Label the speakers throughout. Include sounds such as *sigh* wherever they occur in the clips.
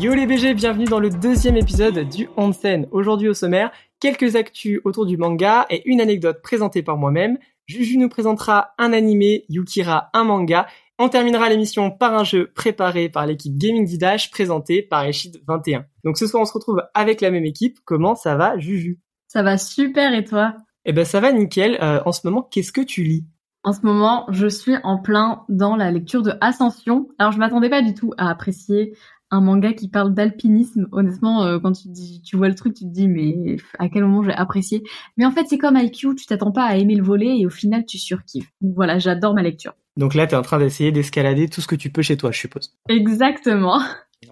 Speaker 1: Yo les BG, bienvenue dans le deuxième épisode du Onsen. Aujourd'hui au sommaire, quelques actus autour du manga et une anecdote présentée par moi-même. Juju nous présentera un animé, Yukira un manga. On terminera l'émission par un jeu préparé par l'équipe Gaming Didash présenté par Eshid21. Donc ce soir on se retrouve avec la même équipe. Comment ça va Juju
Speaker 2: Ça va super et toi
Speaker 1: Eh ben ça va nickel. Euh, en ce moment, qu'est-ce que tu lis
Speaker 2: En ce moment, je suis en plein dans la lecture de Ascension. Alors je m'attendais pas du tout à apprécier un manga qui parle d'alpinisme. Honnêtement, euh, quand tu, dis, tu vois le truc, tu te dis mais à quel moment j'ai apprécié. Mais en fait, c'est comme IQ, tu t'attends pas à aimer le volet et au final tu surkiffes. Donc voilà, j'adore ma lecture.
Speaker 1: Donc là, t'es en train d'essayer d'escalader tout ce que tu peux chez toi, je suppose.
Speaker 2: Exactement.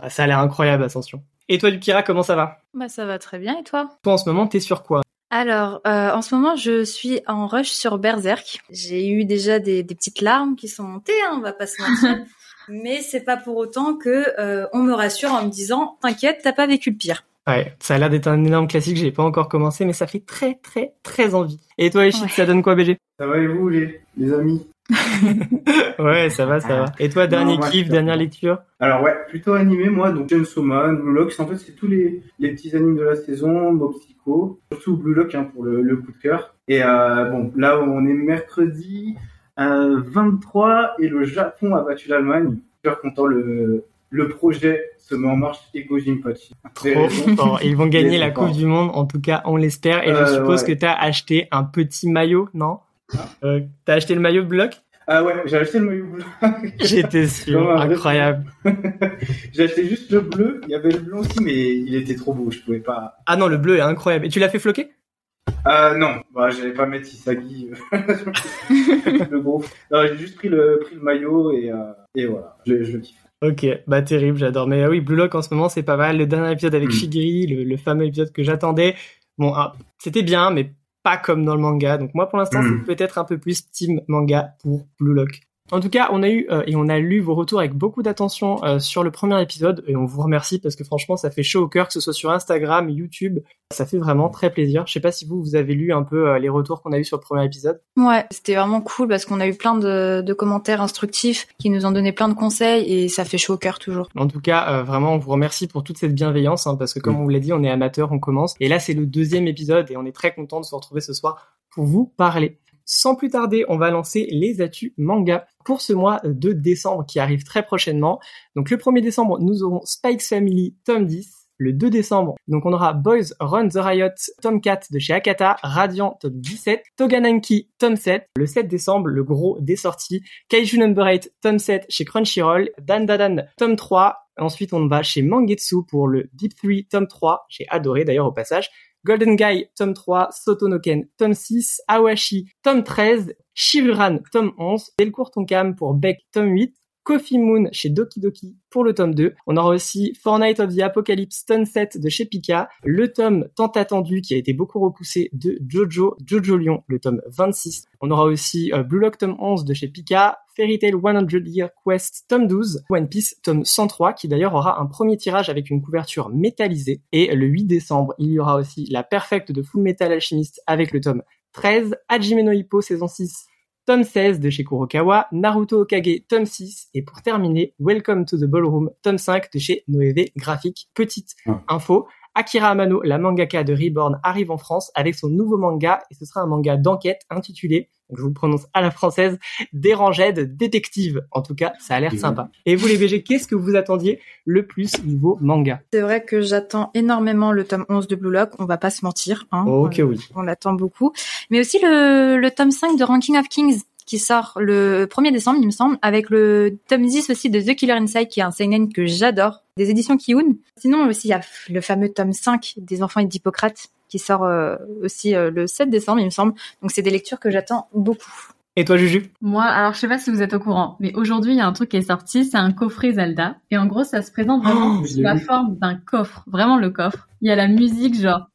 Speaker 1: Ah, Ça a l'air incroyable, Ascension. Et toi, Yukira, comment ça va
Speaker 3: Bah ça va très bien et toi
Speaker 1: Toi, en ce moment, t'es sur quoi
Speaker 3: Alors euh, en ce moment je suis en rush sur Berserk. J'ai eu déjà des, des petites larmes qui sont montées, hein, on va pas se *laughs* mentir. Mais c'est pas pour autant que euh, on me rassure en me disant t'inquiète t'as pas vécu le pire.
Speaker 1: Ouais, ça a l'air d'être un énorme classique, j'ai pas encore commencé, mais ça fait très très très envie. Et toi, Eshid,
Speaker 3: Ouais.
Speaker 1: ça donne quoi, BG
Speaker 4: Ça va et vous les, les amis
Speaker 1: Ouais, ça va, ça va. Ah. Et toi, dernier
Speaker 4: Non, moi,
Speaker 1: kiff,
Speaker 4: je-
Speaker 1: dernière lecture
Speaker 4: Alors ouais, plutôt animé moi, donc James Soma, Blue Lock, en fait c'est tous les, les petits animes de la saison, Mob Psycho, surtout Blue Lock hein, pour le, le coup de cœur. Et euh, bon, là on est mercredi euh, 23 et le Japon a battu l'Allemagne. Super content, le, le projet se met en marche et Go Jinpachi.
Speaker 1: Trop fort. Ils vont gagner
Speaker 4: Des
Speaker 1: la
Speaker 4: efforts.
Speaker 1: Coupe du Monde, en tout cas, on l'espère. Et
Speaker 4: Euh,
Speaker 1: je suppose
Speaker 4: ouais.
Speaker 1: que t'as acheté un petit maillot, non euh, T'as acheté le maillot de bloc
Speaker 4: *laughs* Ah ouais, j'ai acheté le maillot bleu.
Speaker 1: J'étais sûr,
Speaker 4: Comme un vrai-
Speaker 1: incroyable.
Speaker 4: j'ai acheté juste le bleu, il y avait le blanc aussi mais il était trop beau, je pouvais pas...
Speaker 1: Ah non, le bleu est incroyable. Et tu l'as fait floquer
Speaker 4: Euh, non, bah, j'allais pas mettre Isagi euh, *laughs* le gros. Non, j'ai juste pris le, pris le maillot et, euh, et voilà, je, je le kiffe.
Speaker 1: Ok, bah terrible, j'adore. Mais euh, oui, Blue Lock en ce moment, c'est pas mal. Le dernier épisode avec
Speaker 4: Mm.
Speaker 1: Shigiri, le, le fameux épisode que j'attendais. Bon, ah, c'était bien, mais pas comme dans le manga. Donc moi, pour l'instant,
Speaker 4: Mm.
Speaker 1: c'est peut-être un peu plus team manga pour Blue Lock. En tout cas, on a eu euh, et on a lu vos retours avec beaucoup d'attention euh, sur le premier épisode et on vous remercie parce que franchement, ça fait chaud au cœur que ce soit sur Instagram, YouTube, ça fait vraiment très plaisir. Je sais pas si vous vous avez lu un peu euh, les retours qu'on a eu sur le premier épisode.
Speaker 3: Ouais, c'était vraiment cool parce qu'on a eu plein de, de commentaires instructifs qui nous ont donné plein de conseils et ça fait chaud au cœur toujours.
Speaker 1: En tout cas, euh, vraiment, on vous remercie pour toute cette bienveillance, hein, parce que comme on vous l'a dit, on est amateur, on commence. Et là, c'est le deuxième épisode, et on est très content de se retrouver ce soir pour vous parler. Sans plus tarder, on va lancer les actus manga pour ce mois de décembre qui arrive très prochainement. Donc le 1er décembre, nous aurons Spike's Family, tome 10. Le 2 décembre, donc on aura Boys Run the Riot, tome 4 de chez Akata, Radiant, tome 17, Togananki, tome 7. Le 7 décembre, le gros des sorties, Kaiju Number 8, tome 7 chez Crunchyroll, Dan Dadan, tome 3. Ensuite, on va chez Mangetsu pour le Deep 3, tome 3. J'ai adoré d'ailleurs au passage. Golden Guy, tome 3, Sotonoken, tome 6, Awashi, tome 13, Shiruran, tome 11, Delcourt Tonkam pour Beck, tome 8, Coffee Moon chez Doki Doki pour le tome 2. On aura aussi Fortnite of the Apocalypse tome 7 de chez Pika, le tome tant attendu qui a été beaucoup repoussé de Jojo, Jojo Lion, le tome 26. On aura aussi euh, Blue Lock tome 11 de chez Pika, Fairy Tail 100 Year Quest tome 12, One Piece tome 103 qui d'ailleurs aura un premier tirage avec une couverture métallisée. Et le 8 décembre, il y aura aussi La Perfecte de Full Metal Alchemist avec le tome 13, Hajime no Hippo saison 6 tome 16 de chez Kurokawa, Naruto Okage, tome 6, et pour terminer, Welcome to the Ballroom, tome 5 de chez Noévé Graphique. Petite
Speaker 4: Ah.
Speaker 1: info, Akira Amano, la mangaka de Reborn, arrive en France avec son nouveau manga, et ce sera un manga d'enquête intitulé, donc je vous le prononce à la française, Dérangède Détective. En tout cas, ça a l'air
Speaker 4: Mhm.
Speaker 1: sympa. Et vous les BG, qu'est-ce que vous attendiez le plus niveau manga
Speaker 3: C'est vrai que j'attends énormément le tome 11 de Blue Lock, on va pas se mentir. Hein,
Speaker 1: Oh, oui.
Speaker 3: on l'attend beaucoup. Mais aussi le, le tome 5 de Ranking of Kings qui sort le 1er décembre, il me semble, avec le tome 10 aussi de The Killer Inside, qui est un seinen que j'adore, des éditions Kiun. Sinon, aussi, il y a le fameux tome 5 des Enfants et d'Hippocrate, qui sort euh, aussi euh, le 7 décembre, il me semble. Donc, c'est des lectures que j'attends beaucoup.
Speaker 1: Et toi, Juju
Speaker 2: *laughs* Moi, alors je sais pas si vous êtes au courant, mais aujourd'hui il y a un truc qui est sorti, c'est un coffret Zelda. Et en gros, ça se présente vraiment
Speaker 4: Oh, je
Speaker 2: sous
Speaker 4: l'ai
Speaker 2: la
Speaker 4: vu.
Speaker 2: forme d'un coffre, vraiment le coffre. Il y a la musique genre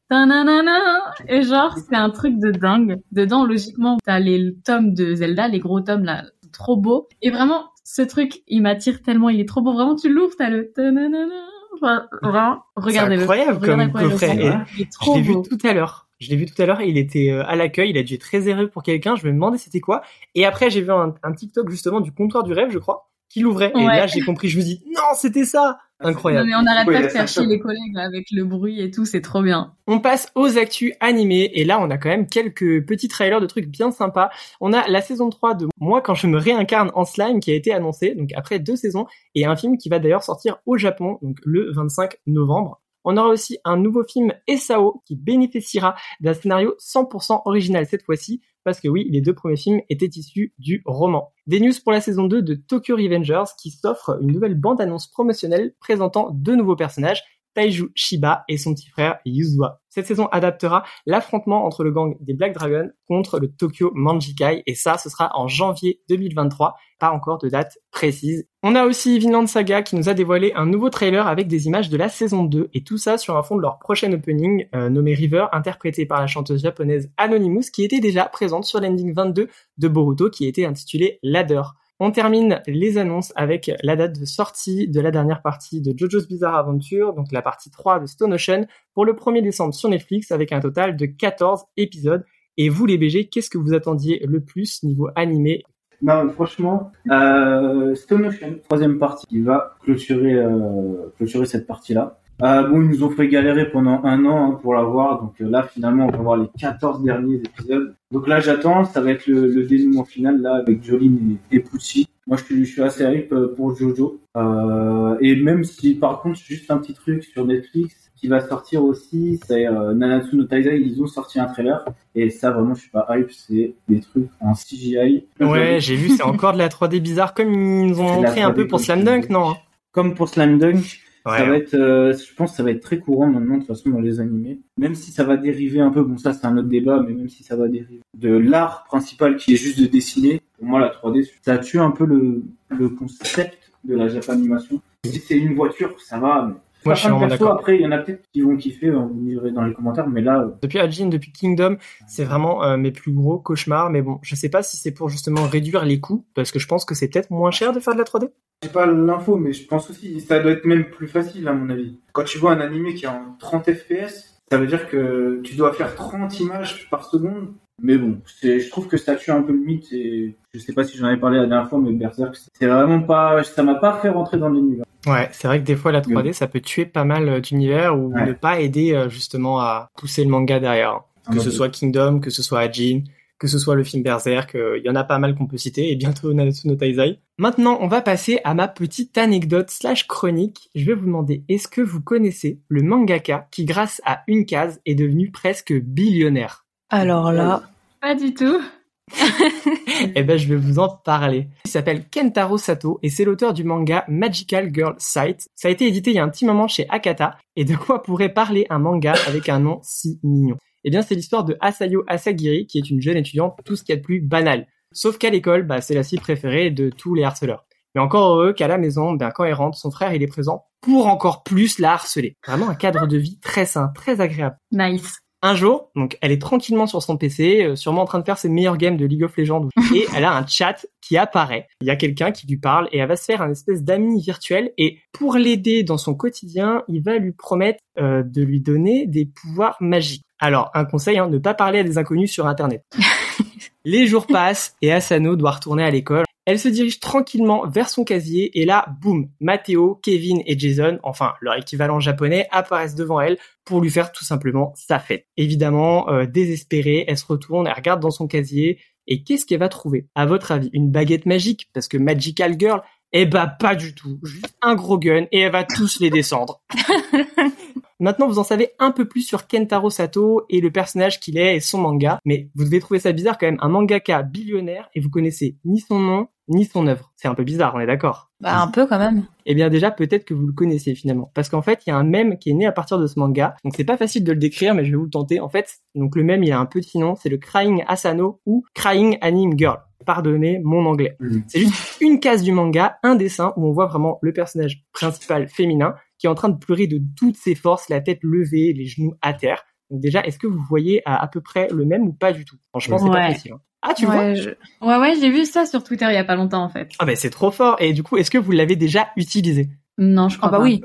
Speaker 2: tananana, et genre c'est un truc de dingue. Dedans, logiquement, t'as les tomes de Zelda, les gros tomes là, trop beaux. Et vraiment, ce truc, il m'attire tellement, il est trop beau. Vraiment, tu l'ouvres, t'as le tananana. Enfin, vraiment, regardez-le.
Speaker 1: incroyable comme
Speaker 2: Regardez le
Speaker 1: coffret.
Speaker 2: film. Il est
Speaker 1: Je
Speaker 2: trop
Speaker 1: l'ai vu
Speaker 2: beau.
Speaker 1: tout à l'heure. Je l'ai vu tout à l'heure, il était euh, à l'accueil, il a dû être réservé pour quelqu'un, je me demandais c'était quoi. Et après, j'ai vu un, un TikTok justement du comptoir du rêve, je crois, qui l'ouvrait. Et
Speaker 2: Ouais.
Speaker 1: là, j'ai compris, je me dis, non, c'était
Speaker 2: Ah,
Speaker 1: ça
Speaker 2: Non,
Speaker 1: Incroyable.
Speaker 2: mais on n'arrête
Speaker 4: Oui,
Speaker 2: pas de
Speaker 4: la
Speaker 2: faire
Speaker 4: censure.
Speaker 2: chier les collègues là, avec le bruit et tout, c'est trop bien.
Speaker 1: On passe aux actus animées, et là, on a quand même quelques petits trailers de trucs bien sympas. On a la saison 3 de Moi quand je me réincarne en slime qui a été annoncée, donc après deux saisons, et un film qui va d'ailleurs sortir au Japon, donc le 25 novembre. On aura aussi un nouveau film SAO qui bénéficiera d'un scénario 100% original cette fois-ci, parce que oui, les deux premiers films étaient issus du roman. Des news pour la saison 2 de Tokyo Revengers qui s'offre une nouvelle bande-annonce promotionnelle présentant deux nouveaux personnages, Taiju Shiba et son petit frère Yuzua. Cette saison adaptera l'affrontement entre le gang des Black Dragons contre le Tokyo Manjikai, et ça, ce sera en janvier 2023 pas encore de date précise. On a aussi Vinland Saga qui nous a dévoilé un nouveau trailer avec des images de la saison 2 et tout ça sur un fond de leur prochain opening euh, nommé River interprété par la chanteuse japonaise Anonymous qui était déjà présente sur l'ending 22 de Boruto qui était intitulé Ladder. On termine les annonces avec la date de sortie de la dernière partie de JoJo's Bizarre Adventure, donc la partie 3 de Stone Ocean, pour le 1er décembre sur Netflix avec un total de 14 épisodes. Et vous les BG, qu'est-ce que vous attendiez le plus niveau animé
Speaker 4: Non, franchement, euh, Stone Ocean, troisième partie, qui va clôturer, euh, clôturer cette partie-là. Euh, bon, ils nous ont fait galérer pendant un an hein, pour l'avoir, donc euh, là, finalement, on va voir les 14 derniers épisodes. Donc là, j'attends, ça va être le, le dénouement final, là, avec Jolene et, et Pucci. Moi, je, suis- je suis assez hype euh, pour Jojo. Euh, et même si, par contre, juste un petit truc sur Netflix qui va sortir aussi, c'est euh, Nanatsu no Taizai, ils ont sorti un trailer, et ça, vraiment, je suis pas hype, c'est des trucs en CGI. *laughs*
Speaker 1: Ouais, j'ai vu, c'est encore de la 3D bizarre, comme ils nous ont
Speaker 4: C'est de la
Speaker 1: montré un
Speaker 4: 3D
Speaker 1: peu pour
Speaker 4: comme
Speaker 1: Slam
Speaker 4: tu
Speaker 1: Dunk,
Speaker 4: dis.
Speaker 1: non hein
Speaker 4: comme pour Slam Dunk, ça
Speaker 1: Ouais.
Speaker 4: va être, euh, je pense, que ça va être très courant maintenant de toute façon dans les animés. Même si ça va dériver un peu, bon ça c'est un autre débat, mais même si ça va dériver de l'art principal qui est juste de dessiner, pour moi la 3D, ça tue un peu le, le concept de la Japanimation. Si c'est une voiture, ça va. Mais...
Speaker 1: Moi, je suis
Speaker 4: Enfin,
Speaker 1: vraiment
Speaker 4: perso,
Speaker 1: d'accord.
Speaker 4: Après, il y en a peut-être qui vont kiffer, hein, vous me direz dans les commentaires, mais là, euh,
Speaker 1: Depuis Ajin, depuis Kingdom, c'est vraiment euh, mes plus gros cauchemars. Mais bon, je sais pas si c'est pour justement réduire les coûts, parce que je pense que c'est peut-être moins cher de faire de la 3D.
Speaker 4: j'ai pas l'info, mais je pense aussi, ça doit être même plus facile à mon avis. Quand tu vois un animé qui est en 30 FPS, ça veut dire que tu dois faire 30 images par seconde. Mais bon, c'est, je trouve que ça tue un peu le mythe et je sais pas si j'en avais parlé la dernière fois, mais Berserk, c'est vraiment pas, ça m'a pas fait rentrer dans l'univers.
Speaker 1: Ouais, c'est vrai que des fois la 3D, ça peut tuer pas mal euh, d'univers ou
Speaker 4: Ouais.
Speaker 1: ne pas aider euh, justement à pousser le manga derrière. hein. Que ce soit Kingdom, que ce soit Ajin, que ce soit le film Berserk, euh, il y en a pas mal qu'on peut citer, et bientôt *laughs* Nanatsu no Taizai. Maintenant, on va passer à ma petite anecdote slash chronique. Je vais vous demander, est-ce que vous connaissez le mangaka qui, grâce à une case, est devenu presque billionnaire
Speaker 3: Alors là,
Speaker 2: Pas du tout.
Speaker 1: Eh ben, je vais vous en parler. Il s'appelle Kentaro Sato et c'est l'auteur du manga Magical Girl Sight. Ça a été édité il y a un petit moment chez Akata. Et de quoi pourrait parler un manga avec un nom si mignon Eh bien, c'est l'histoire de Asayo Asagiri qui est une jeune étudiante, tout ce qu'il y a de plus banal. Sauf qu'à l'école, bah, c'est la cible préférée de tous les harceleurs. Mais encore heureux qu'à la maison, ben, quand elle rentre, son frère, il est présent pour encore plus la harceler. Vraiment un cadre de vie très sain, très agréable.
Speaker 2: Nice.
Speaker 1: Un jour, donc elle est tranquillement sur son PC, euh, sûrement en train de faire ses meilleurs games de League of Legends, et elle a un chat qui apparaît. Il y a quelqu'un qui lui parle et elle va se faire un espèce d'ami virtuel. Et pour l'aider dans son quotidien, il va lui promettre euh, de lui donner des pouvoirs magiques. Alors, un conseil, hein, ne pas parler à des inconnus sur Internet. Les jours passent et Asano doit retourner à l'école. Elle se dirige tranquillement vers son casier et là, boum, Matteo, Kevin et Jason, enfin leur équivalent japonais, apparaissent devant elle pour lui faire tout simplement sa fête. Évidemment, euh, désespérée, elle se retourne, elle regarde dans son casier, et qu'est-ce qu'elle va trouver À votre avis, une baguette magique Parce que Magical Girl, eh bah pas du tout, juste un gros gun, et elle va tous les descendre. Maintenant, vous en savez un peu plus sur Kentaro Sato et le personnage qu'il est et son manga, mais vous devez trouver ça bizarre quand même, un mangaka billionnaire, et vous connaissez ni son nom, ni son œuvre. C'est un peu bizarre, on est d'accord
Speaker 3: bah, un peu quand même.
Speaker 1: eh bien déjà peut-être que vous le connaissez finalement. Parce qu'en fait, il y a un mème qui est né à partir de ce manga. Donc c'est pas facile de le décrire, mais je vais vous le tenter. En fait, donc le mème, il a un petit nom, c'est le Crying Asano ou Crying Anime Girl. Pardonnez mon anglais.
Speaker 4: Mhm.
Speaker 1: C'est juste une case du manga, un dessin où on voit vraiment le personnage principal féminin qui est en train de pleurer de toutes ses forces, la tête levée, les genoux à terre. Donc déjà, est-ce que vous voyez à, à peu près le même ou pas du tout Franchement, c'est pas
Speaker 2: Ouais.
Speaker 1: facile. hein. Ah, tu vois
Speaker 3: ouais, je-
Speaker 2: Ouais, ouais, j'ai vu ça sur Twitter il y a pas longtemps en fait.
Speaker 1: Ah ben c'est trop fort. Et du coup, est-ce que vous l'avez déjà utilisé
Speaker 2: Non, je crois
Speaker 3: Ah bah
Speaker 2: pas.
Speaker 3: oui.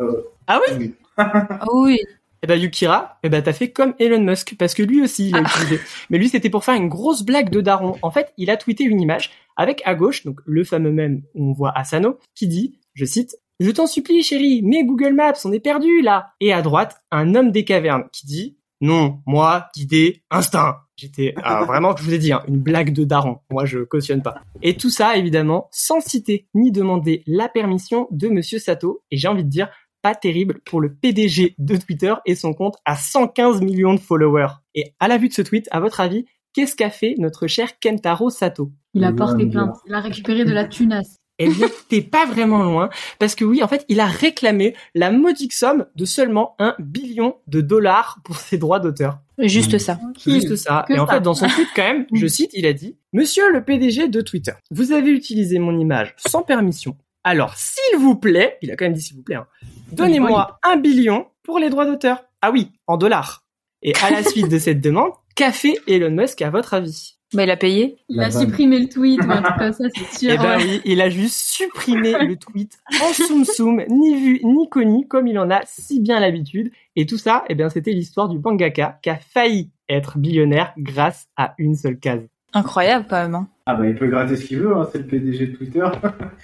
Speaker 1: Ah oui
Speaker 3: Ah oui.
Speaker 1: Eh ben Yukira, eh ben t'as fait comme Elon Musk parce que lui aussi il a utilisé. Mais lui c'était pour faire une grosse blague de Daron. En fait, il a tweeté une image avec à gauche donc le fameux même où on voit Asano qui dit, je cite, je t'en supplie chérie, mais Google Maps, on est perdu là. Et à droite un homme des cavernes qui dit, non, moi guidé instinct. J'étais ah, vraiment, je vous ai dit, hein, une blague de Daron. Moi je cautionne pas. Et tout ça évidemment sans citer ni demander la permission de Monsieur Sato. Et j'ai envie de dire pas terrible pour le PDG de Twitter et son compte à 115 millions de followers. Et à la vue de ce tweet, à votre avis, qu'est-ce qu'a fait notre cher Kentaro Sato
Speaker 2: Il a
Speaker 4: Ouais,
Speaker 2: porté
Speaker 4: ouais.
Speaker 2: plainte. Il a
Speaker 1: *laughs*
Speaker 2: récupéré de la tunasse.
Speaker 1: Eh bien, *laughs* t'es pas vraiment loin, parce que oui, en fait, il a réclamé la modique somme de seulement un billion de dollars pour ses droits d'auteur.
Speaker 3: Juste ça.
Speaker 1: Juste ça.
Speaker 2: Que
Speaker 1: et en
Speaker 2: ça.
Speaker 1: fait, dans son tweet, quand même, je cite, il a dit Monsieur le PDG de Twitter, vous avez utilisé mon image sans permission. Alors, s'il vous plaît, il a quand même dit s'il vous plaît, hein, donnez-moi un billion pour les droits d'auteur. Ah oui, en dollars. Et à la suite de cette demande, qu'a fait Elon Musk à votre avis
Speaker 3: Mais Bah, il a payé.
Speaker 2: Il
Speaker 4: La
Speaker 2: a
Speaker 4: vanne.
Speaker 2: supprimé
Speaker 1: *laughs*
Speaker 2: le tweet ou un truc comme ça, c'est sûr.
Speaker 1: Eh ben
Speaker 2: ouais.
Speaker 1: oui, il a juste supprimé le tweet en soum soum, ni vu ni connu, comme il en a si bien l'habitude. Et tout ça, eh bien, c'était l'histoire du mangaka qui a failli être billionnaire grâce à une seule case.
Speaker 3: Incroyable quand même. hein.
Speaker 4: Ah bah il peut gratter ce qu'il veut, hein, c'est le PDG de Twitter. *laughs*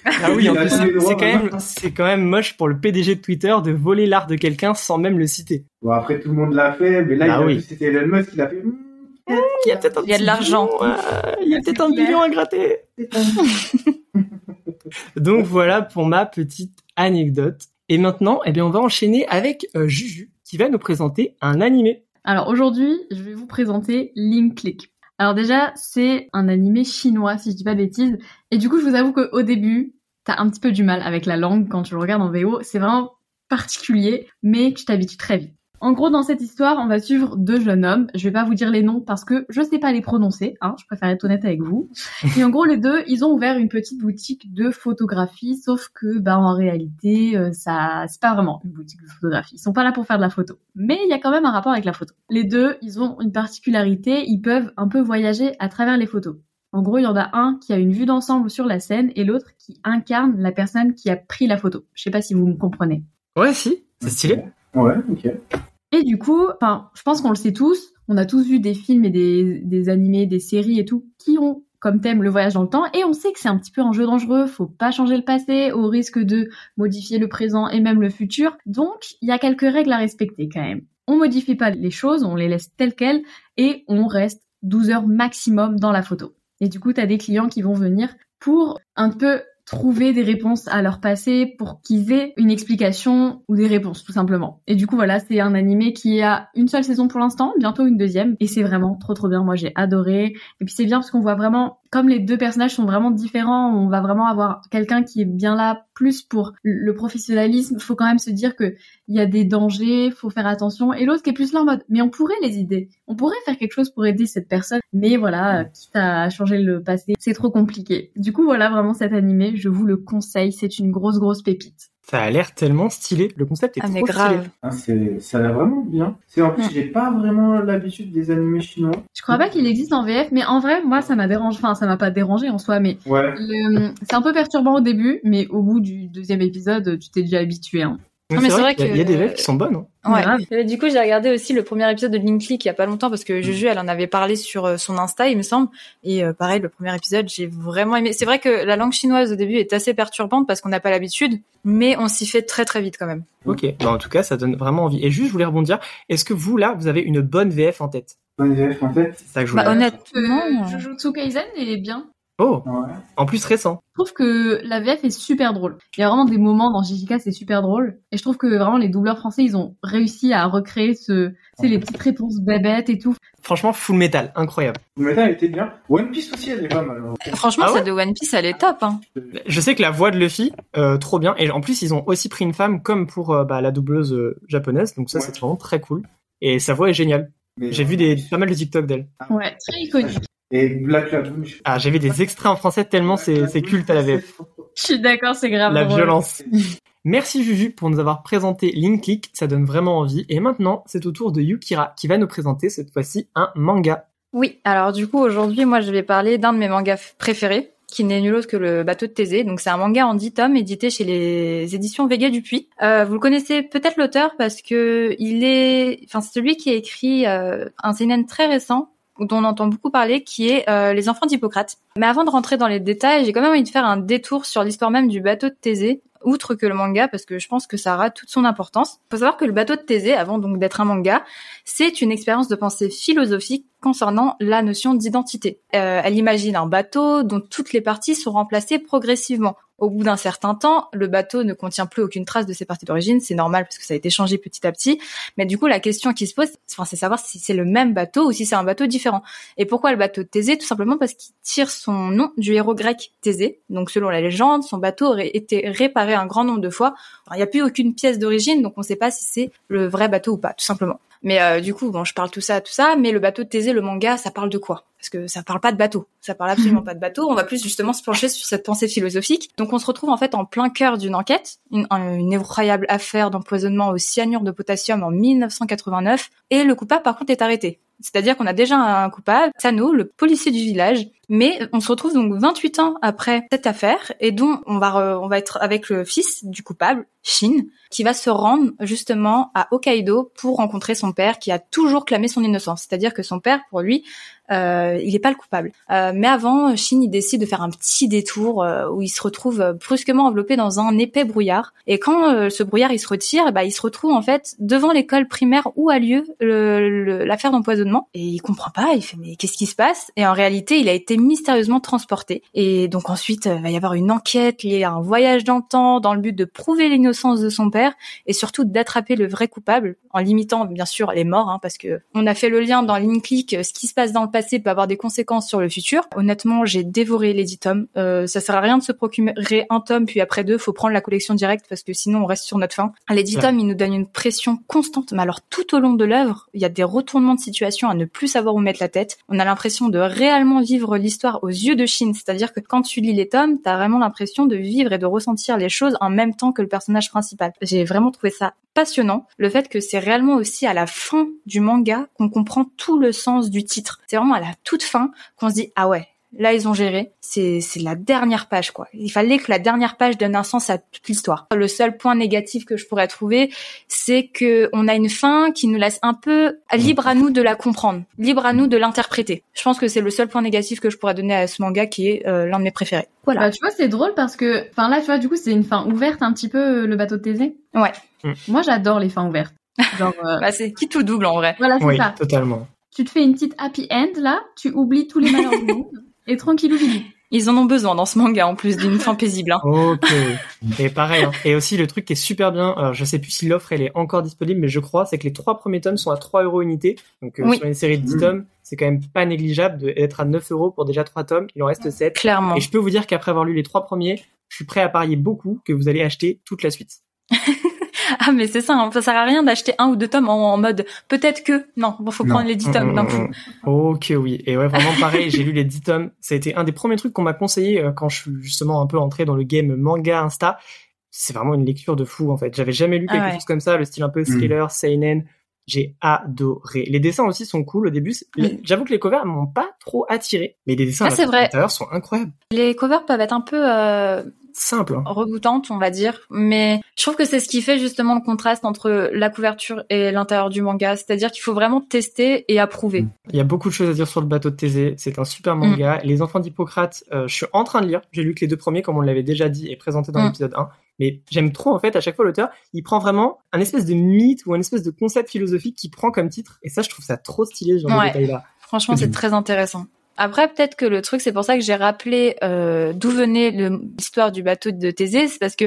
Speaker 1: Ah oui, en
Speaker 4: Il a
Speaker 1: plus,
Speaker 4: tous les droits,
Speaker 1: c'est quand,
Speaker 4: vraiment.
Speaker 1: même- c'est quand même moche pour le PDG de Twitter de voler l'art de quelqu'un sans même le citer.
Speaker 4: Bon après tout le monde l'a fait, mais là
Speaker 1: Bah
Speaker 4: il a
Speaker 1: oui.
Speaker 4: vu que c'était Elon Musk, il a fait... Hmm,
Speaker 1: Il y a peut-être un
Speaker 3: Il y a de
Speaker 1: petit
Speaker 3: l'argent.
Speaker 1: billion, euh, il y a peut-être un
Speaker 2: C'est clair.
Speaker 1: billion à gratter.
Speaker 4: c'est un-
Speaker 1: *laughs* Donc voilà pour ma petite anecdote. Et maintenant, eh bien, on va enchaîner avec euh, Juju qui va nous présenter un animé.
Speaker 2: Alors aujourd'hui, je vais vous présenter Link Click. Alors déjà, c'est un animé chinois, si je dis pas de bêtises. Et du coup, je vous avoue qu'au début, t'as un petit peu du mal avec la langue quand tu le regardes en VO. C'est vraiment particulier, mais tu t'habitues très vite. En gros, dans cette histoire, on va suivre deux jeunes hommes. Je vais pas vous dire les noms parce que je sais pas les prononcer. Hein, je préfère être honnête avec vous. Et en gros, les deux, ils ont ouvert une petite boutique de photographie, sauf que, bah, en réalité, euh, ça, c'est pas vraiment une boutique de photographie. Ils sont pas là pour faire de la photo. Mais il y a quand même un rapport avec la photo. Les deux, ils ont une particularité. Ils peuvent un peu voyager à travers les photos. En gros, il y en a un qui a une vue d'ensemble sur la scène et l'autre qui incarne la personne qui a pris la photo. Je sais pas si vous me comprenez.
Speaker 1: Ouais, si, c'est stylé.
Speaker 4: Ouais, ok.
Speaker 2: Et du coup, enfin, je pense qu'on le sait tous, on a tous vu des films et des, des animés, des séries et tout, qui ont comme thème le voyage dans le temps, et on sait que c'est un petit peu un jeu dangereux, faut pas changer le passé, au risque de modifier le présent et même le futur, donc il y a quelques règles à respecter quand même. On modifie pas les choses, on les laisse telles quelles, et on reste 12 heures maximum dans la photo. Et du coup, t'as des clients qui vont venir pour un peu trouver des réponses à leur passé pour qu'ils aient une explication ou des réponses tout simplement. Et du coup voilà, c'est un animé qui a une seule saison pour l'instant, bientôt une deuxième et c'est vraiment trop trop bien. Moi j'ai adoré. Et puis c'est bien parce qu'on voit vraiment comme les deux personnages sont vraiment différents, on va vraiment avoir quelqu'un qui est bien là plus pour le professionnalisme, faut quand même se dire que il y a des dangers, faut faire attention et l'autre qui est plus là en mode mais on pourrait les aider. On pourrait faire quelque chose pour aider cette personne, mais voilà, euh, quitte à changer le passé, c'est trop compliqué. Du coup voilà, vraiment cet animé, je vous le conseille, c'est une grosse grosse pépite.
Speaker 1: Ça a l'air tellement stylé. Le concept est
Speaker 3: Ah, mais
Speaker 1: trop stylé.
Speaker 3: grave.
Speaker 4: Ah, c'est, ça a l'air vraiment bien. C'est en
Speaker 1: Ah.
Speaker 4: plus,
Speaker 3: Mm.
Speaker 4: j'ai pas vraiment l'habitude des animés chinois.
Speaker 2: Je crois pas qu'il existe en VF, mais en vrai, moi ça m'a dérangé, enfin ça m'a pas dérangé en soi, mais
Speaker 4: Ouais.
Speaker 2: Le- C'est un peu perturbant au début, mais au bout du deuxième épisode, tu t'es déjà habitué. Hein.
Speaker 3: Non, mais c'est vrai
Speaker 1: qu'il y a-
Speaker 3: que-
Speaker 1: il y a des rêves qui sont bonnes. hein.
Speaker 3: Ouais.
Speaker 2: Grave.
Speaker 3: Et bah, du coup, j'ai regardé aussi le premier épisode de Link Click il y a pas longtemps parce que
Speaker 1: Mm.
Speaker 3: Juju, elle en avait parlé sur euh, son Insta, il me semble. Et euh, pareil, le premier épisode, j'ai vraiment aimé. C'est vrai que la langue chinoise au début est assez perturbante parce qu'on n'a pas l'habitude, mais on s'y fait très très vite quand même.
Speaker 1: Ok, bah, en tout cas, ça donne vraiment envie. Et juste, je voulais rebondir. Est-ce que vous, là, vous avez une bonne VF en tête
Speaker 4: Bonne VF en fait.
Speaker 1: C'est ça que je voulais.
Speaker 3: Bah, honnêtement,
Speaker 2: Euh,
Speaker 3: euh,
Speaker 2: Jujutsu Kaisen est bien.
Speaker 1: Oh,
Speaker 4: Ouais.
Speaker 1: en plus récent.
Speaker 2: Je trouve que la VF est super drôle. Il y a vraiment des moments dans JJK, c'est super drôle. Et je trouve que vraiment les doubleurs français, ils ont réussi à recréer ce, tu sais, les petites réponses babette et tout.
Speaker 1: Franchement, full metal, incroyable.
Speaker 4: Le matin, elle était bien. One Piece aussi, elle est pas mal.
Speaker 3: euh, franchement,
Speaker 1: Ah ouais
Speaker 3: celle de One Piece, elle est top. Hein.
Speaker 1: Je sais que la voix de Luffy, euh, trop bien. Et en plus, ils ont aussi pris une femme comme pour euh, bah, la doubleuse euh, japonaise. Donc ça,
Speaker 4: Ouais.
Speaker 1: c'est vraiment très cool. Et sa voix est géniale.
Speaker 4: Mais-
Speaker 1: J'ai vu des, pas mal de TikTok d'elle.
Speaker 2: Ouais, très iconique.
Speaker 4: Et Black Lagoon. je-
Speaker 1: Ah, j'ai vu des extraits en français tellement c'est
Speaker 4: Black
Speaker 1: c'est
Speaker 4: Lagoon,
Speaker 1: culte à la VF.
Speaker 2: *laughs* Je suis d'accord, c'est grave.
Speaker 1: La
Speaker 2: drôle.
Speaker 1: violence. Merci Juju pour nous avoir présenté Link Click, ça donne vraiment envie. Et maintenant, c'est au tour de Yukira qui va nous présenter cette fois-ci un manga.
Speaker 2: Ah,
Speaker 3: Oui, alors du coup, aujourd'hui, moi, je vais parler d'un de mes mangas f- préférés. qui n'est nul autre que le bateau de Thésée. Donc c'est un manga en 10 tomes édité chez les éditions Vega Dupuis. Euh, vous le connaissez peut-être l'auteur parce que il est, enfin c'est celui qui a écrit euh, un seinen très récent dont on entend beaucoup parler, qui est euh, Les Enfants d'Hippocrate. Mais avant de rentrer dans les détails, j'ai quand même envie de faire un détour sur l'histoire même du bateau de Thésée, outre que le manga, parce que je pense que ça aura toute son importance. Il faut savoir que le bateau de Thésée, avant donc d'être un manga, c'est une expérience de pensée philosophique concernant la notion d'identité. Euh, elle imagine un bateau dont toutes les parties sont remplacées progressivement. Au bout d'un certain temps, le bateau ne contient plus aucune trace de ses parties d'origine. C'est normal parce que ça a été changé petit à petit. Mais du coup, la question qui se pose, enfin, c'est savoir si c'est le même bateau ou si c'est un bateau différent. Et pourquoi le bateau de Thésée Tout simplement parce qu'il tire son nom du héros grec Thésée. Donc, selon la légende, son bateau aurait été réparé un grand nombre de fois. Enfin, il n'y a plus aucune pièce d'origine, donc on ne sait pas si c'est le vrai bateau ou pas, tout simplement. Mais euh, du coup, bon, je parle tout ça, tout ça, mais le bateau de Thésée, le manga, ça parle de quoi Parce que ça parle pas de bateau, ça parle absolument pas de bateau. On va plus justement se pencher sur cette pensée philosophique. Donc on se retrouve en fait en plein cœur d'une enquête, une, une effroyable affaire d'empoisonnement au cyanure de potassium en 1989, et le coupable par contre est arrêté. C'est-à-dire qu'on a déjà un coupable, Sano, le policier du village, mais on se retrouve donc 28 ans après cette affaire et dont on va re, on va être avec le fils du coupable, Shin, qui va se rendre justement à Hokkaido pour rencontrer son père qui a toujours clamé son innocence. C'est-à-dire que son père, pour lui, euh, il n'est pas le coupable. Euh, mais avant, Shin il décide de faire un petit détour euh, où il se retrouve brusquement enveloppé dans un épais brouillard. Et quand euh, ce brouillard il se retire, bah, il se retrouve en fait devant l'école primaire où a lieu l'affaire d'empoisonnement. Et il comprend pas. Il fait mais qu'est-ce qui se passe Et en réalité, il a été mystérieusement transporté. Et donc ensuite, il va y avoir une enquête liée à un voyage dans le temps dans le but de prouver l'innocence de son père et surtout d'attraper le vrai coupable en limitant bien sûr les morts, hein, parce que on a fait le lien dans Click, ce qui se passe dans le passé peut avoir des conséquences sur le futur. Honnêtement, j'ai dévoré les 10 tomes. Euh, ça sert à rien de se procurer un tome puis après deux, faut prendre la collection directe parce que sinon on reste sur notre fin. Les 10 ouais. tomes, ils nous donnent une pression constante, mais alors tout au long de l'œuvre, il y a des retournements de situation à ne plus savoir où mettre la tête. On a l'impression de réellement vivre l'histoire aux yeux de Chine, c'est-à-dire que quand tu lis les tomes, t'as vraiment l'impression de vivre et de ressentir les choses en même temps que le personnage principal. J'ai vraiment trouvé ça passionnant, le fait que c'est réellement aussi à la fin du manga qu'on comprend tout le sens du titre. C'est vraiment à la toute fin qu'on se dit ah ouais, là ils ont géré. C'est c'est la dernière page quoi. Il fallait que la dernière page donne un sens à toute l'histoire. Le seul point négatif que je pourrais trouver, c'est que on a une fin qui nous laisse un peu libre à nous de la comprendre, libre à nous de l'interpréter. Je pense que c'est le seul point négatif que je pourrais donner à ce manga qui est euh, l'un de mes préférés. Voilà.
Speaker 2: Bah, tu vois, c'est drôle parce que enfin là tu vois du coup, c'est une fin ouverte un petit peu euh, le bateau de Thésée.
Speaker 3: Ouais.
Speaker 1: Mmh.
Speaker 2: Moi, j'adore les fins ouvertes. Genre *laughs* euh...
Speaker 3: bah, c'est qui tout double en vrai.
Speaker 2: Voilà, c'est
Speaker 1: oui,
Speaker 2: ça.
Speaker 1: totalement.
Speaker 2: Tu te fais une petite happy end là, tu oublies tous les malheurs du monde et tranquillou bilou.
Speaker 3: Ils en ont besoin dans ce manga en plus d'une fin paisible. Hein.
Speaker 1: Ok. Et pareil. Hein. Et aussi le truc qui est super bien. Alors je sais plus si l'offre elle est encore disponible, mais je crois c'est que les trois premiers tomes sont à 3 euros unité. Donc euh,
Speaker 3: Oui.
Speaker 1: sur une série de 10 tomes, c'est quand même pas négligeable de- d'être à 9 euros pour déjà trois tomes. Il en reste 7.
Speaker 3: Clairement.
Speaker 1: Et je peux vous dire qu'après avoir lu les trois premiers, je suis prêt à parier beaucoup que vous allez acheter toute la suite.
Speaker 3: Ah mais c'est ça, hein, ça sert à rien d'acheter un ou deux tomes en, en mode peut-être que non, bon faut
Speaker 4: Non.
Speaker 3: prendre les dix tomes
Speaker 1: Mm,
Speaker 3: d'un coup.
Speaker 1: *laughs* Ok, oui. Et ouais, vraiment pareil, j'ai lu les 10 tomes. Ça a été un des premiers trucs qu'on m'a conseillé euh, quand je suis justement un peu entré dans le game manga Insta. C'est vraiment une lecture de fou, en fait. J'avais jamais lu
Speaker 3: Ah
Speaker 1: quelque
Speaker 3: ouais.
Speaker 1: chose comme ça, le style un peu scaler, seinen. J'ai adoré. Les dessins aussi sont cool au début. C'est-
Speaker 3: Mm.
Speaker 1: J'avoue que les covers m'ont pas trop attiré, mais les dessins
Speaker 3: Ah,
Speaker 1: à la
Speaker 3: c'est vrai.
Speaker 1: l'intérieur sont incroyables.
Speaker 3: Les covers peuvent être un peu euh,
Speaker 1: Simples. hein.
Speaker 3: reboutantes, on va dire, mais je trouve que c'est ce qui fait justement le contraste entre la couverture et l'intérieur du manga, c'est-à-dire qu'il faut vraiment tester et approuver.
Speaker 4: Mm.
Speaker 1: Il y a beaucoup de choses à dire sur le bateau de Thésée. C'est un super
Speaker 3: Mm.
Speaker 1: manga. Les Enfants d'Hippocrate, euh, je suis en train de lire. J'ai lu que les deux premiers, comme on l'avait déjà dit et présenté dans
Speaker 3: Mm.
Speaker 1: l'épisode 1. Mais j'aime trop, en fait, à chaque fois, l'auteur, il prend vraiment un espèce de mythe ou un espèce de concept philosophique qu'il prend comme titre. Et ça, je trouve ça trop stylé, ce genre
Speaker 3: Ouais.
Speaker 1: de détail-là.
Speaker 3: Franchement, c'est
Speaker 4: Mhm.
Speaker 3: très intéressant. Après, peut-être que le truc, c'est pour ça que j'ai rappelé euh, d'où venait le- l'histoire du bateau de Thésée, c'est parce que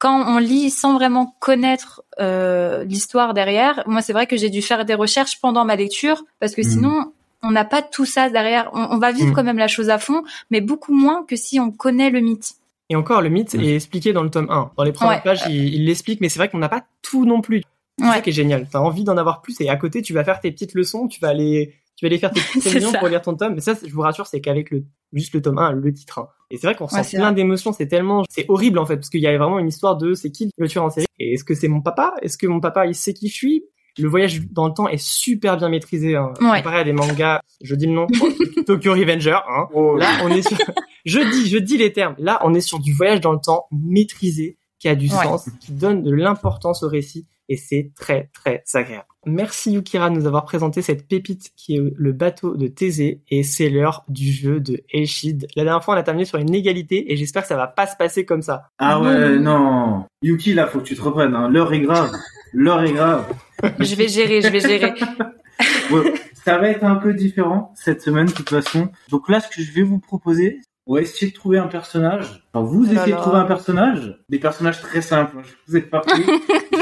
Speaker 3: quand on lit sans vraiment connaître euh, l'histoire derrière, moi, c'est vrai que j'ai dû faire des recherches pendant ma lecture, parce que
Speaker 4: Mhm.
Speaker 3: sinon, on n'a pas tout ça derrière. On, on va vivre
Speaker 1: Mhm.
Speaker 3: quand même la chose à fond, mais beaucoup moins que si on connaît le mythe.
Speaker 1: Et encore, le mythe
Speaker 4: Mm.
Speaker 1: est expliqué dans le tome 1. Dans les premières
Speaker 3: Ouais.
Speaker 1: pages, il il l'explique, mais c'est vrai qu'on n'a pas tout non plus. C'est ça
Speaker 3: Ouais.
Speaker 1: qui est génial. T'as envie d'en avoir plus et à côté, tu vas faire tes petites leçons, tu vas aller, tu vas aller
Speaker 3: *laughs*
Speaker 1: faire tes petites
Speaker 3: C'est
Speaker 1: réunions
Speaker 3: ça.
Speaker 1: pour lire ton tome. Mais ça, c'est- je vous rassure, c'est qu'avec le, juste le tome 1, le titre. hein. Et c'est vrai qu'on ressent
Speaker 3: c'est
Speaker 1: plein
Speaker 3: vrai.
Speaker 1: d'émotions, c'est tellement, c'est horrible en fait, parce qu'il y a vraiment une histoire de c'est qui le tueur en série. Et est-ce que c'est mon papa? Est-ce que mon papa, il sait qui je suis? Le voyage dans le temps est super bien maîtrisé, hein.
Speaker 3: Ouais. *laughs*
Speaker 1: comparé à des mangas, je dis le nom, Tokyo Revenger, hein.
Speaker 4: Oh,
Speaker 1: Là, on est sur, *laughs* Je dis, je dis les termes. Là, on est sur du voyage dans le temps maîtrisé, qui a du
Speaker 3: Ouais.
Speaker 1: sens, qui donne de l'importance au récit, et c'est très, très agréable. Merci Yukira de nous avoir présenté cette pépite qui est le bateau de Thésée, et c'est l'heure du jeu de Elchid. La dernière fois, on a terminé sur une égalité, et j'espère que ça va pas se passer comme ça.
Speaker 4: Ah ouais, non. Yuki, là, faut que tu te reprennes. Hein. L'heure est grave. L'heure est grave.
Speaker 3: Je vais gérer, je vais gérer.
Speaker 4: Ouais, ça va être un peu différent cette semaine, de toute façon. Donc là, ce que je vais vous proposer, on va essayer de trouver un personnage. Enfin, vous
Speaker 3: Oh là
Speaker 4: essayez de
Speaker 3: là.
Speaker 4: trouver un personnage. Des personnages très simples. hein. Je vous ai pas
Speaker 1: *laughs*
Speaker 4: pris.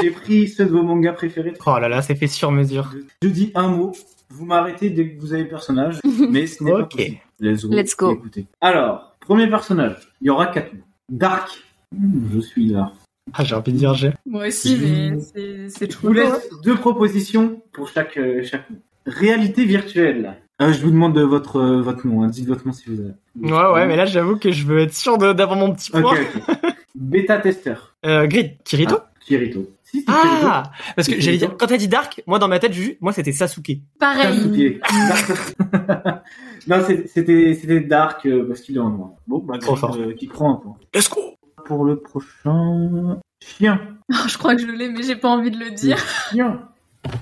Speaker 4: J'ai pris ceux de vos mangas préférés.
Speaker 1: Oh là là, c'est fait sur mesure.
Speaker 4: Je dis un mot. Vous m'arrêtez dès que vous avez
Speaker 3: *laughs*
Speaker 4: le personnage. Mais ce n'est pas
Speaker 1: Ok.
Speaker 4: possible. Let's go.
Speaker 3: Let's go.
Speaker 4: Écoutez. Alors, premier personnage. Il y aura quatre mots. Dark. Hmm, je suis là.
Speaker 1: Ah, j'ai envie de dire j'ai.
Speaker 2: Moi aussi, mais c'est- c'est
Speaker 4: Je vous
Speaker 2: trop lourd.
Speaker 4: laisse deux propositions pour chaque, euh, chaque mot. Réalité virtuelle. Euh, je vous demande de votre, euh, votre nom. hein. Dites votre nom si vous avez.
Speaker 1: Ouais, ouais, mais là, j'avoue que je veux être sûr de- d'avoir mon petit
Speaker 4: Ok,
Speaker 1: point.
Speaker 4: ok. Bêta tester.
Speaker 1: Euh, Grid, Kirito
Speaker 4: Ah, Kirito. Si, c'est Kirito.
Speaker 1: Ah Parce que
Speaker 4: C'est
Speaker 1: j'allais
Speaker 4: Kirito.
Speaker 1: dire, quand t'as dit Dark, moi dans ma tête, Juju, moi c'était Sasuke.
Speaker 2: Pareil.
Speaker 4: Sasuke. Dark- *laughs* non, c'est- c'était c'était Dark euh, parce qu'il est en noir. Bon, bah,
Speaker 1: Trop
Speaker 4: Green,
Speaker 1: fort.
Speaker 4: euh, qui prend un point.
Speaker 1: Let's go
Speaker 4: Pour le prochain. Chien.
Speaker 2: Oh, *laughs* je crois que je l'ai, mais j'ai pas envie de le dire.
Speaker 4: Chien.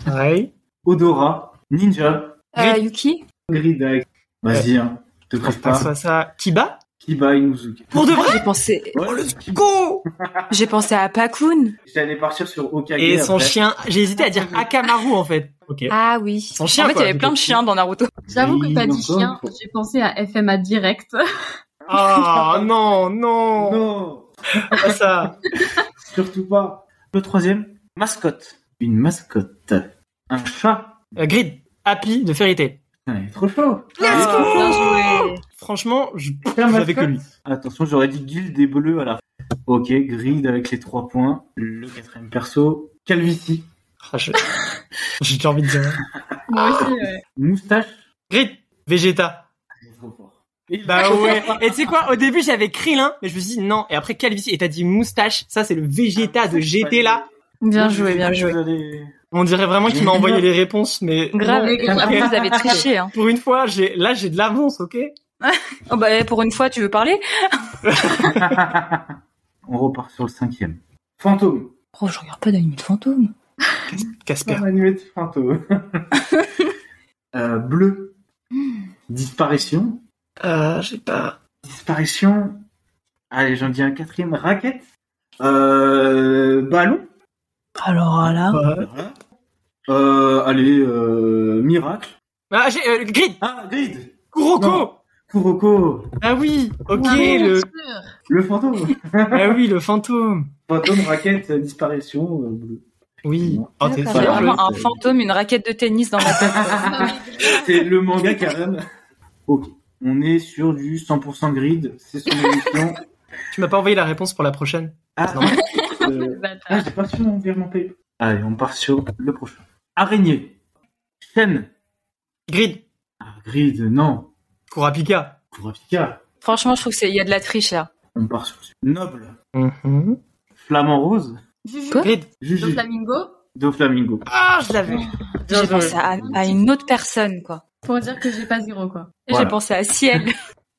Speaker 1: Ouais.
Speaker 4: Odorat. Ninja.
Speaker 3: Euh, Yuki
Speaker 4: Gridag. Vas-y, hein. Je te
Speaker 1: Faut
Speaker 4: presse
Speaker 1: pas que ce soit
Speaker 4: pas.
Speaker 1: ça. Kiba
Speaker 4: Kiba Inuzuki.
Speaker 1: Pour de
Speaker 3: Ah,
Speaker 1: vrai
Speaker 3: J'ai pensé,
Speaker 4: Ouais.
Speaker 1: Go
Speaker 3: j'ai pensé à Pakun.
Speaker 4: J'allais partir sur Okage.
Speaker 1: Et son
Speaker 4: après.
Speaker 1: chien, j'ai hésité à dire Akamaru en fait. Ok.
Speaker 3: Ah oui.
Speaker 1: Son chien,
Speaker 3: En fait,
Speaker 1: quoi,
Speaker 3: il y avait
Speaker 1: du
Speaker 3: plein
Speaker 1: coup.
Speaker 3: de chiens dans Naruto.
Speaker 2: J'avoue que t'as
Speaker 4: Oui,
Speaker 2: dit
Speaker 4: encore une
Speaker 2: chien,
Speaker 4: fois.
Speaker 2: j'ai pensé à FMA *laughs* direct.
Speaker 1: Ah non, non,
Speaker 4: Non.
Speaker 1: pas ça.
Speaker 4: Surtout pas. Le troisième. Mascotte. Une mascotte. Un chat.
Speaker 1: Euh, Grid, Happy de Fairy Tail.
Speaker 4: Putain, il est trop chaud.
Speaker 1: Let's go
Speaker 3: Bien joué.
Speaker 1: Franchement, je
Speaker 4: Tiens,
Speaker 1: je savais que
Speaker 4: mascotte.
Speaker 1: lui.
Speaker 4: Attention, j'aurais dit guild et bleu à la fin. Ok, grid avec les trois points. Le quatrième perso, calvitie.
Speaker 1: Ah, je- *laughs* J'ai déjà envie de dire.
Speaker 2: Moi aussi, ouais.
Speaker 4: Moustache.
Speaker 1: Grid, Vegeta.
Speaker 4: Trop fort.
Speaker 1: Bah ouais. Et tu sais quoi, au début j'avais Krillin, mais je me suis dit non. Et après Calvici, et t'as dit moustache. Ça Ah, c'est le Vegeta de GT là.
Speaker 3: Bien joué, bien joué.
Speaker 4: Vous allez-
Speaker 1: On dirait vraiment qu'il m'a envoyé les réponses, mais
Speaker 3: Grave.
Speaker 2: mais grave.
Speaker 3: Après, vous avez triché. Hein.
Speaker 1: pour une fois, j'ai là j'ai de l'avance, ok
Speaker 3: Oh, bah, eh, pour une fois, tu veux parler
Speaker 4: On repart sur le cinquième. Fantôme.
Speaker 3: Oh, je regarde pas d'anime de fantôme.
Speaker 1: Casper.
Speaker 4: Un animé de
Speaker 3: *laughs*
Speaker 4: fantôme. Euh, bleu. Disparition.
Speaker 1: Euh, j'ai pas.
Speaker 4: Disparition. Allez, j'en dis un quatrième. Raquette. Euh, ballon.
Speaker 3: Alors là.
Speaker 4: Euh, allez, euh, miracle.
Speaker 1: Ah, j'ai euh, Grid,
Speaker 4: Ah, grid.
Speaker 1: Kuroko.
Speaker 4: Non. Kuroko.
Speaker 1: Ah oui, ok
Speaker 2: Ouais, bien
Speaker 1: le
Speaker 2: sûr.
Speaker 3: *laughs*
Speaker 4: Le fantôme.
Speaker 1: ah oui le fantôme.
Speaker 4: Fantôme, raquette, euh, disparition, euh, bleu.
Speaker 1: Oui.
Speaker 4: Non.
Speaker 1: Oh, t'es
Speaker 3: J'ai
Speaker 4: Voilà.
Speaker 1: fort.
Speaker 3: vraiment un
Speaker 4: Ouais.
Speaker 3: fantôme, une raquette de tennis dans ma tête. *laughs*
Speaker 2: Ah,
Speaker 4: C'est le manga Karen. Ok. On est sur du 100% grid. C'est son émission.
Speaker 1: Tu m'as pas envoyé la réponse pour la prochaine.
Speaker 4: *laughs* Ah,
Speaker 1: Non.
Speaker 4: euh, ah,
Speaker 2: Bâtard.
Speaker 4: j'ai pas su mon virement PayPal. Allez, on part sur le prochain. Araignée. Chaîne.
Speaker 1: Grid,
Speaker 4: Ah, grid, non.
Speaker 1: Kurapika.
Speaker 4: Kurapika.
Speaker 3: Franchement, je trouve qu'il y a de la triche là.
Speaker 4: On part sur Noble.
Speaker 1: Mhm.
Speaker 4: Flamant rose.
Speaker 2: Juju,
Speaker 3: Quoi
Speaker 1: Grid.
Speaker 2: le
Speaker 4: Juju.
Speaker 2: flamingo,
Speaker 4: Doflamingo.
Speaker 1: Ah, je l'avais.
Speaker 3: J'ai pensé à, à une autre personne, quoi.
Speaker 2: pour dire que j'ai pas zéro, quoi.
Speaker 4: Voilà.
Speaker 3: J'ai pensé à Ciel.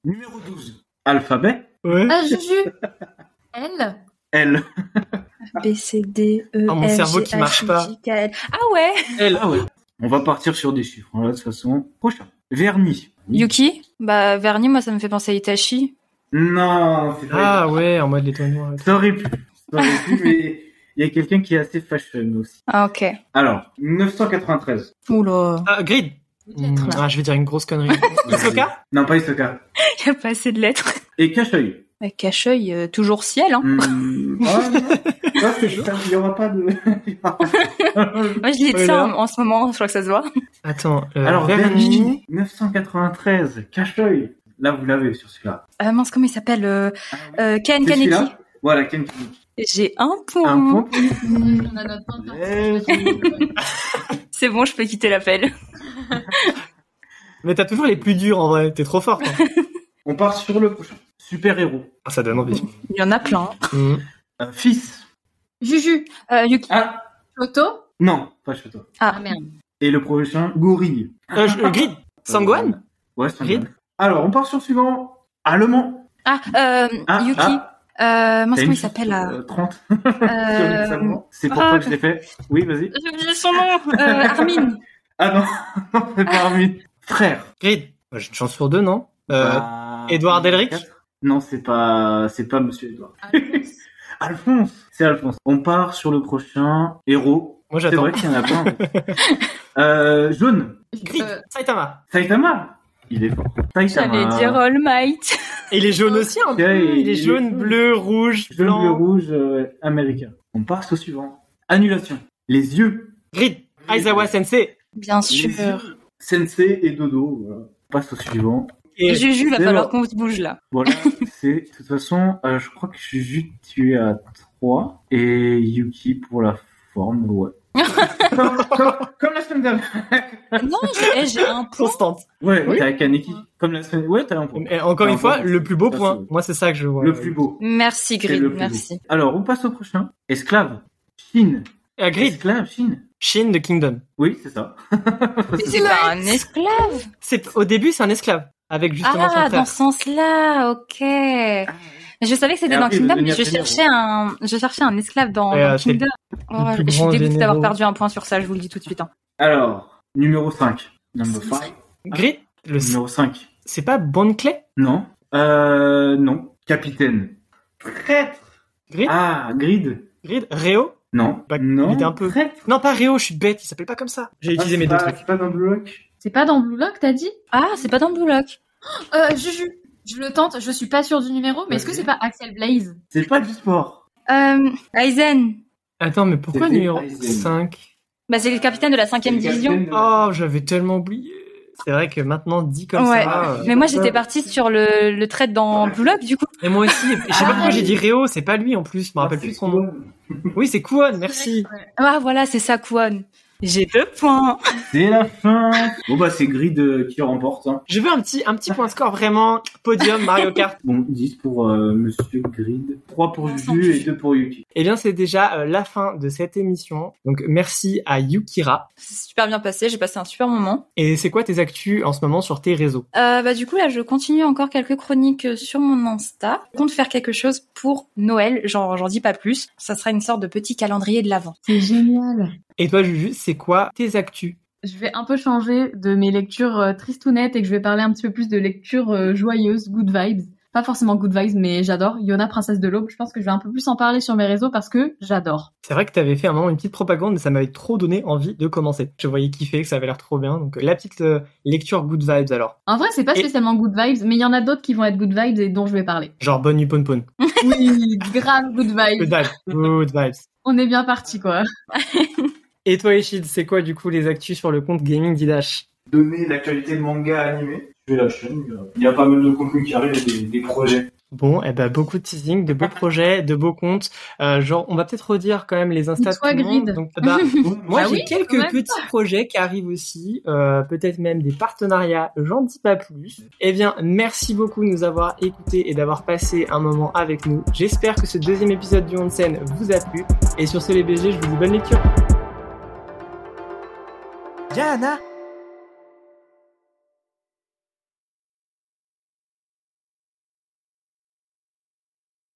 Speaker 4: Numéro 12. Alphabet.
Speaker 1: Ouais.
Speaker 2: Ah, Juju Elle
Speaker 4: L.
Speaker 3: *laughs* B, C, D, E,
Speaker 1: Ah, mon
Speaker 3: F,
Speaker 1: cerveau
Speaker 3: G,
Speaker 1: qui
Speaker 3: H,
Speaker 1: marche
Speaker 3: I,
Speaker 1: pas.
Speaker 3: J, K, L. Ah ouais
Speaker 1: Elle.
Speaker 4: Ah ouais. On va partir sur des chiffres. hein, là, de toute façon, prochain. Vernis.
Speaker 3: Yuki Bah, Verni, moi, ça me fait penser à Itachi.
Speaker 4: Non, c'est pas.
Speaker 1: Ah ouais, en mode l'étoile noire.
Speaker 4: Ça aurait pu. Ça aurait pu, mais il y a quelqu'un qui est assez fashion aussi.
Speaker 3: Ah, ok.
Speaker 4: Alors, 993.
Speaker 3: Oula.
Speaker 1: Ah, Grid.
Speaker 4: Mm.
Speaker 2: Lettre,
Speaker 1: Hmm,
Speaker 2: là.
Speaker 1: ah, je vais dire une grosse connerie. Isoka
Speaker 4: Non, pas Isoka.
Speaker 3: *laughs* Il n'y a pas assez de lettres.
Speaker 4: Et Cache-œil.
Speaker 3: Bah, Cache-œil, euh, toujours Ciel, hein.
Speaker 4: Hmm, ah, non. Non, c'est ça, Il n'y aura pas de.
Speaker 3: Moi, je lis de ça
Speaker 1: Voilà.
Speaker 3: en, en ce moment, je crois que ça se voit.
Speaker 1: Attends, euh,
Speaker 4: Alors,
Speaker 1: Vernis.
Speaker 4: Vernis. 993. Cache-œil. Là, vous l'avez sur celui-là.
Speaker 3: Ah mince, comment il s'appelle euh,
Speaker 4: Ah oui.
Speaker 3: euh, Ken
Speaker 4: C'est
Speaker 3: Kaneki.
Speaker 4: celui-là. Voilà, Ken Kaneki.
Speaker 3: J'ai un point.
Speaker 4: Un point.
Speaker 2: On a notre temps de
Speaker 3: C'est bon, je peux quitter l'appel.
Speaker 1: Mais t'as toujours les plus durs en vrai, t'es trop hein. fort. toi.
Speaker 4: On part sur le prochain. Super-héros.
Speaker 1: Ah, ça donne envie.
Speaker 3: Il y en a plein.
Speaker 1: Hmm.
Speaker 4: Euh, fils.
Speaker 2: Juju,
Speaker 3: Euh, Yuki.
Speaker 4: Ah,
Speaker 2: Toto
Speaker 4: non, pas chez toi.
Speaker 3: Ah.
Speaker 2: Ah merde.
Speaker 4: Et le prochain, Gorille.
Speaker 1: Euh, je- euh, Grid, Sangwan
Speaker 4: Ouais, c'est
Speaker 1: Grid.
Speaker 4: Grid. Alors, on part sur le suivant. Allemand.
Speaker 3: Ah, euh,
Speaker 4: Ah,
Speaker 3: Yuki.
Speaker 4: ah.
Speaker 3: Euh, mince,
Speaker 4: T'as
Speaker 3: comment
Speaker 4: une
Speaker 3: il s'appelle là
Speaker 4: euh, 30 sur le
Speaker 3: euh...
Speaker 4: savon. C'est pour ça
Speaker 3: ah.
Speaker 4: que je l'ai fait. Oui, vas-y.
Speaker 3: J'ai oublié son nom. Euh,
Speaker 4: *laughs*
Speaker 3: Armin.
Speaker 4: Ah non, non, *laughs* c'est pas Armin. Frère.
Speaker 1: Grid. J'ai une chance sur deux, non euh,
Speaker 4: Bah,
Speaker 1: Édouard Delric
Speaker 4: Non, c'est pas, c'est pas Monsieur Edouard.
Speaker 2: Alphonse.
Speaker 4: *laughs* Alphonse. C'est Alphonse. On part sur le prochain héros.
Speaker 1: Moi,
Speaker 4: C'est
Speaker 1: j'attends.
Speaker 4: vrai qu'il y en
Speaker 1: *laughs*
Speaker 4: a plein. euh, jaune.
Speaker 1: Grid.
Speaker 2: Euh,
Speaker 1: Saitama.
Speaker 4: Saitama. Il est fort. Saitama.
Speaker 3: J'allais dire All Might.
Speaker 1: Et il est jaune aussi, un peu.
Speaker 4: Ouais, il-
Speaker 1: Il est
Speaker 4: il est
Speaker 1: jaune,
Speaker 4: jaune.
Speaker 1: bleu, rouge,
Speaker 4: Jaune, bleu,
Speaker 1: blanc.
Speaker 4: rouge, euh, américain. On passe au suivant. Annulation. Les yeux.
Speaker 1: Grid. Ah, Aizawa Sensei.
Speaker 3: Bien
Speaker 4: Les
Speaker 3: sûr.
Speaker 4: yeux. Sensei et Dodo. voilà. On passe au suivant.
Speaker 1: Et
Speaker 3: Juju, va
Speaker 4: c'est
Speaker 3: falloir
Speaker 4: bon.
Speaker 3: qu'on se bouge là. *laughs*
Speaker 4: Voilà, c'est. De toute façon, euh, je crois que Juju, tu es à 3 et Yuki pour la
Speaker 3: *laughs*
Speaker 4: forme, ouais. comme, comme- comme la semaine dernière.
Speaker 3: Non, j'ai eh, j'ai un point.
Speaker 1: constante.
Speaker 4: Ouais,
Speaker 1: Oui.
Speaker 4: t'as Kaneki. Comme la semaine. Ouais, t'as un point.
Speaker 1: Et encore une fois, le plus beau
Speaker 4: Ça,
Speaker 1: point.
Speaker 4: c'est-
Speaker 1: Moi, c'est ça que je vois.
Speaker 4: Le plus beau.
Speaker 3: Merci
Speaker 4: C'est
Speaker 3: Grid,
Speaker 4: le plus
Speaker 3: merci.
Speaker 4: beau. Alors, on passe au prochain. Esclave. Chine.
Speaker 1: Ah, Grid.
Speaker 4: Esclave, Chine.
Speaker 1: Shin de Kingdom.
Speaker 4: Oui, c'est ça. *laughs*
Speaker 3: Mais C'est pas un esclave.
Speaker 1: C'est au début, c'est un esclave avec justement
Speaker 3: Ah,
Speaker 1: son Ah. frère.
Speaker 3: dans ce sens-là, ok. Je savais que c'était
Speaker 4: Et
Speaker 3: dans
Speaker 4: après, il
Speaker 3: Kingdom,
Speaker 4: veut
Speaker 3: mais
Speaker 4: devenir
Speaker 3: je
Speaker 4: généraux.
Speaker 3: cherchais un, je cherchais un esclave dans,
Speaker 1: Et,
Speaker 3: dans
Speaker 1: euh, c'est
Speaker 3: Kingdom.
Speaker 1: le
Speaker 3: Ouais,
Speaker 1: plus
Speaker 3: je suis
Speaker 1: grand
Speaker 3: dégoûtée d'avoir
Speaker 1: généraux.
Speaker 3: perdu un point sur ça, je vous le dis tout de suite. hein.
Speaker 4: Alors, numéro 5. Number 5.
Speaker 1: Grid. Le...
Speaker 4: Numéro 5.
Speaker 1: C'est pas Bonkley
Speaker 4: Non. Euh, non. Capitaine. Traître.
Speaker 1: Grid.
Speaker 4: Ah, Grid.
Speaker 1: Grid. Réo.
Speaker 4: Non.
Speaker 1: Bah,
Speaker 4: non.
Speaker 1: il était un peu-
Speaker 4: Traître.
Speaker 1: Non, pas Réo. Je suis bête. Il s'appelle pas comme ça. J'ai utilisé
Speaker 5: Ah,
Speaker 1: mes
Speaker 5: c'est
Speaker 1: deux
Speaker 5: pas-
Speaker 1: trucs.
Speaker 5: C'est pas dans Blue Lock
Speaker 2: C'est pas dans Blue Lock, t'as dit
Speaker 3: Ah, c'est pas dans Blue Lock.
Speaker 2: euh, Juju, je le tente, je suis pas sûre du numéro, mais est-ce que
Speaker 4: Vas-y.
Speaker 2: c'est pas Axel Blaze
Speaker 4: C'est pas du sport.
Speaker 3: Euh, Aizen.
Speaker 1: Attends, mais pourquoi
Speaker 4: C'était
Speaker 1: numéro
Speaker 4: Aizen.
Speaker 1: 5
Speaker 3: Bah, c'est le capitaine de la cinquième division.
Speaker 5: euh,
Speaker 1: Oh, j'avais tellement oublié. C'est vrai que maintenant, dit comme
Speaker 3: Ouais.
Speaker 1: ça. euh,
Speaker 3: Mais moi, j'étais partie sur le, le trait dans Blue Lock, du coup.
Speaker 1: Et moi aussi. Et je sais pas pourquoi j'ai
Speaker 3: Ah.
Speaker 1: dit Réo. C'est pas lui en plus. Je me rappelle
Speaker 4: Ah, c'est
Speaker 1: plus son nom. Oui, c'est Kuon. Merci.
Speaker 3: Ah, voilà, c'est ça, Kwon. J'ai deux points.
Speaker 4: C'est la fin. Bon bah c'est Grid euh, qui remporte. hein.
Speaker 1: Je veux un petit, un petit point de score vraiment podium Mario Kart.
Speaker 4: Bon 10 pour euh, Monsieur Grid, 3 pour
Speaker 3: Vincent
Speaker 4: Juju et
Speaker 3: Juju.
Speaker 4: 2 pour Yuki.
Speaker 1: Eh bien, c'est déjà euh, la fin de cette émission. Donc, merci à Yukira.
Speaker 3: C'est super bien passé, j'ai passé un super moment.
Speaker 1: Et c'est quoi tes actus en ce moment sur tes réseaux
Speaker 3: Euh, bah, du coup, là, je continue encore quelques chroniques euh, sur mon Insta. Je compte faire quelque chose pour Noël, j'en j'en dis pas plus. Ça sera une sorte de petit calendrier de l'Avent.
Speaker 2: C'est génial.
Speaker 1: Et toi, Juju, c'est quoi tes actus
Speaker 2: Je vais un peu changer de mes lectures euh, tristounettes et que je vais parler un petit peu plus de lectures euh, joyeuses, good vibes. Pas forcément good vibes, mais j'adore. Yona, princesse de l'aube, je pense que je vais un peu plus en parler sur mes réseaux parce que j'adore.
Speaker 1: C'est vrai que t'avais fait un moment une petite propagande, mais ça m'avait trop donné envie de commencer. Je voyais kiffer, que ça avait l'air trop bien. Donc, euh, la petite euh, lecture Good Vibes alors.
Speaker 2: En vrai, c'est pas
Speaker 1: Et-
Speaker 2: spécialement good vibes, mais il y en a d'autres qui vont être good vibes et dont je vais parler.
Speaker 1: Genre, bonne nuit, pon pon.
Speaker 2: Oui, *laughs* grave
Speaker 1: Good
Speaker 2: good vibes.
Speaker 1: vibes. Good vibes.
Speaker 2: On est bien parti, quoi.
Speaker 1: Et toi, Ishid, c'est quoi du coup les actus sur le compte Gaming Didash
Speaker 5: Donner l'actualité de manga animé. Je vais la chaîne. euh, Il y a pas mal de contenu qui arrive et des, des projets.
Speaker 1: Bon, eh ben, beaucoup de teasing, de beaux projets, de beaux comptes. Euh, genre, on va peut-être redire quand même les Insta de
Speaker 2: Toi,
Speaker 1: tout le monde.
Speaker 2: Grid.
Speaker 1: Donc, bah, Moi,
Speaker 2: Ah
Speaker 1: j'ai
Speaker 2: oui,
Speaker 1: quelques
Speaker 2: quand même.
Speaker 1: petits projets qui arrivent aussi, euh, peut-être même des partenariats, j'en dis pas plus. Eh bien, merci beaucoup de nous avoir écoutés et d'avoir passé un moment avec nous. J'espère que ce deuxième épisode du Onsen vous a plu. Et sur ce, les BG, je vous dis bonne lecture.
Speaker 6: Jana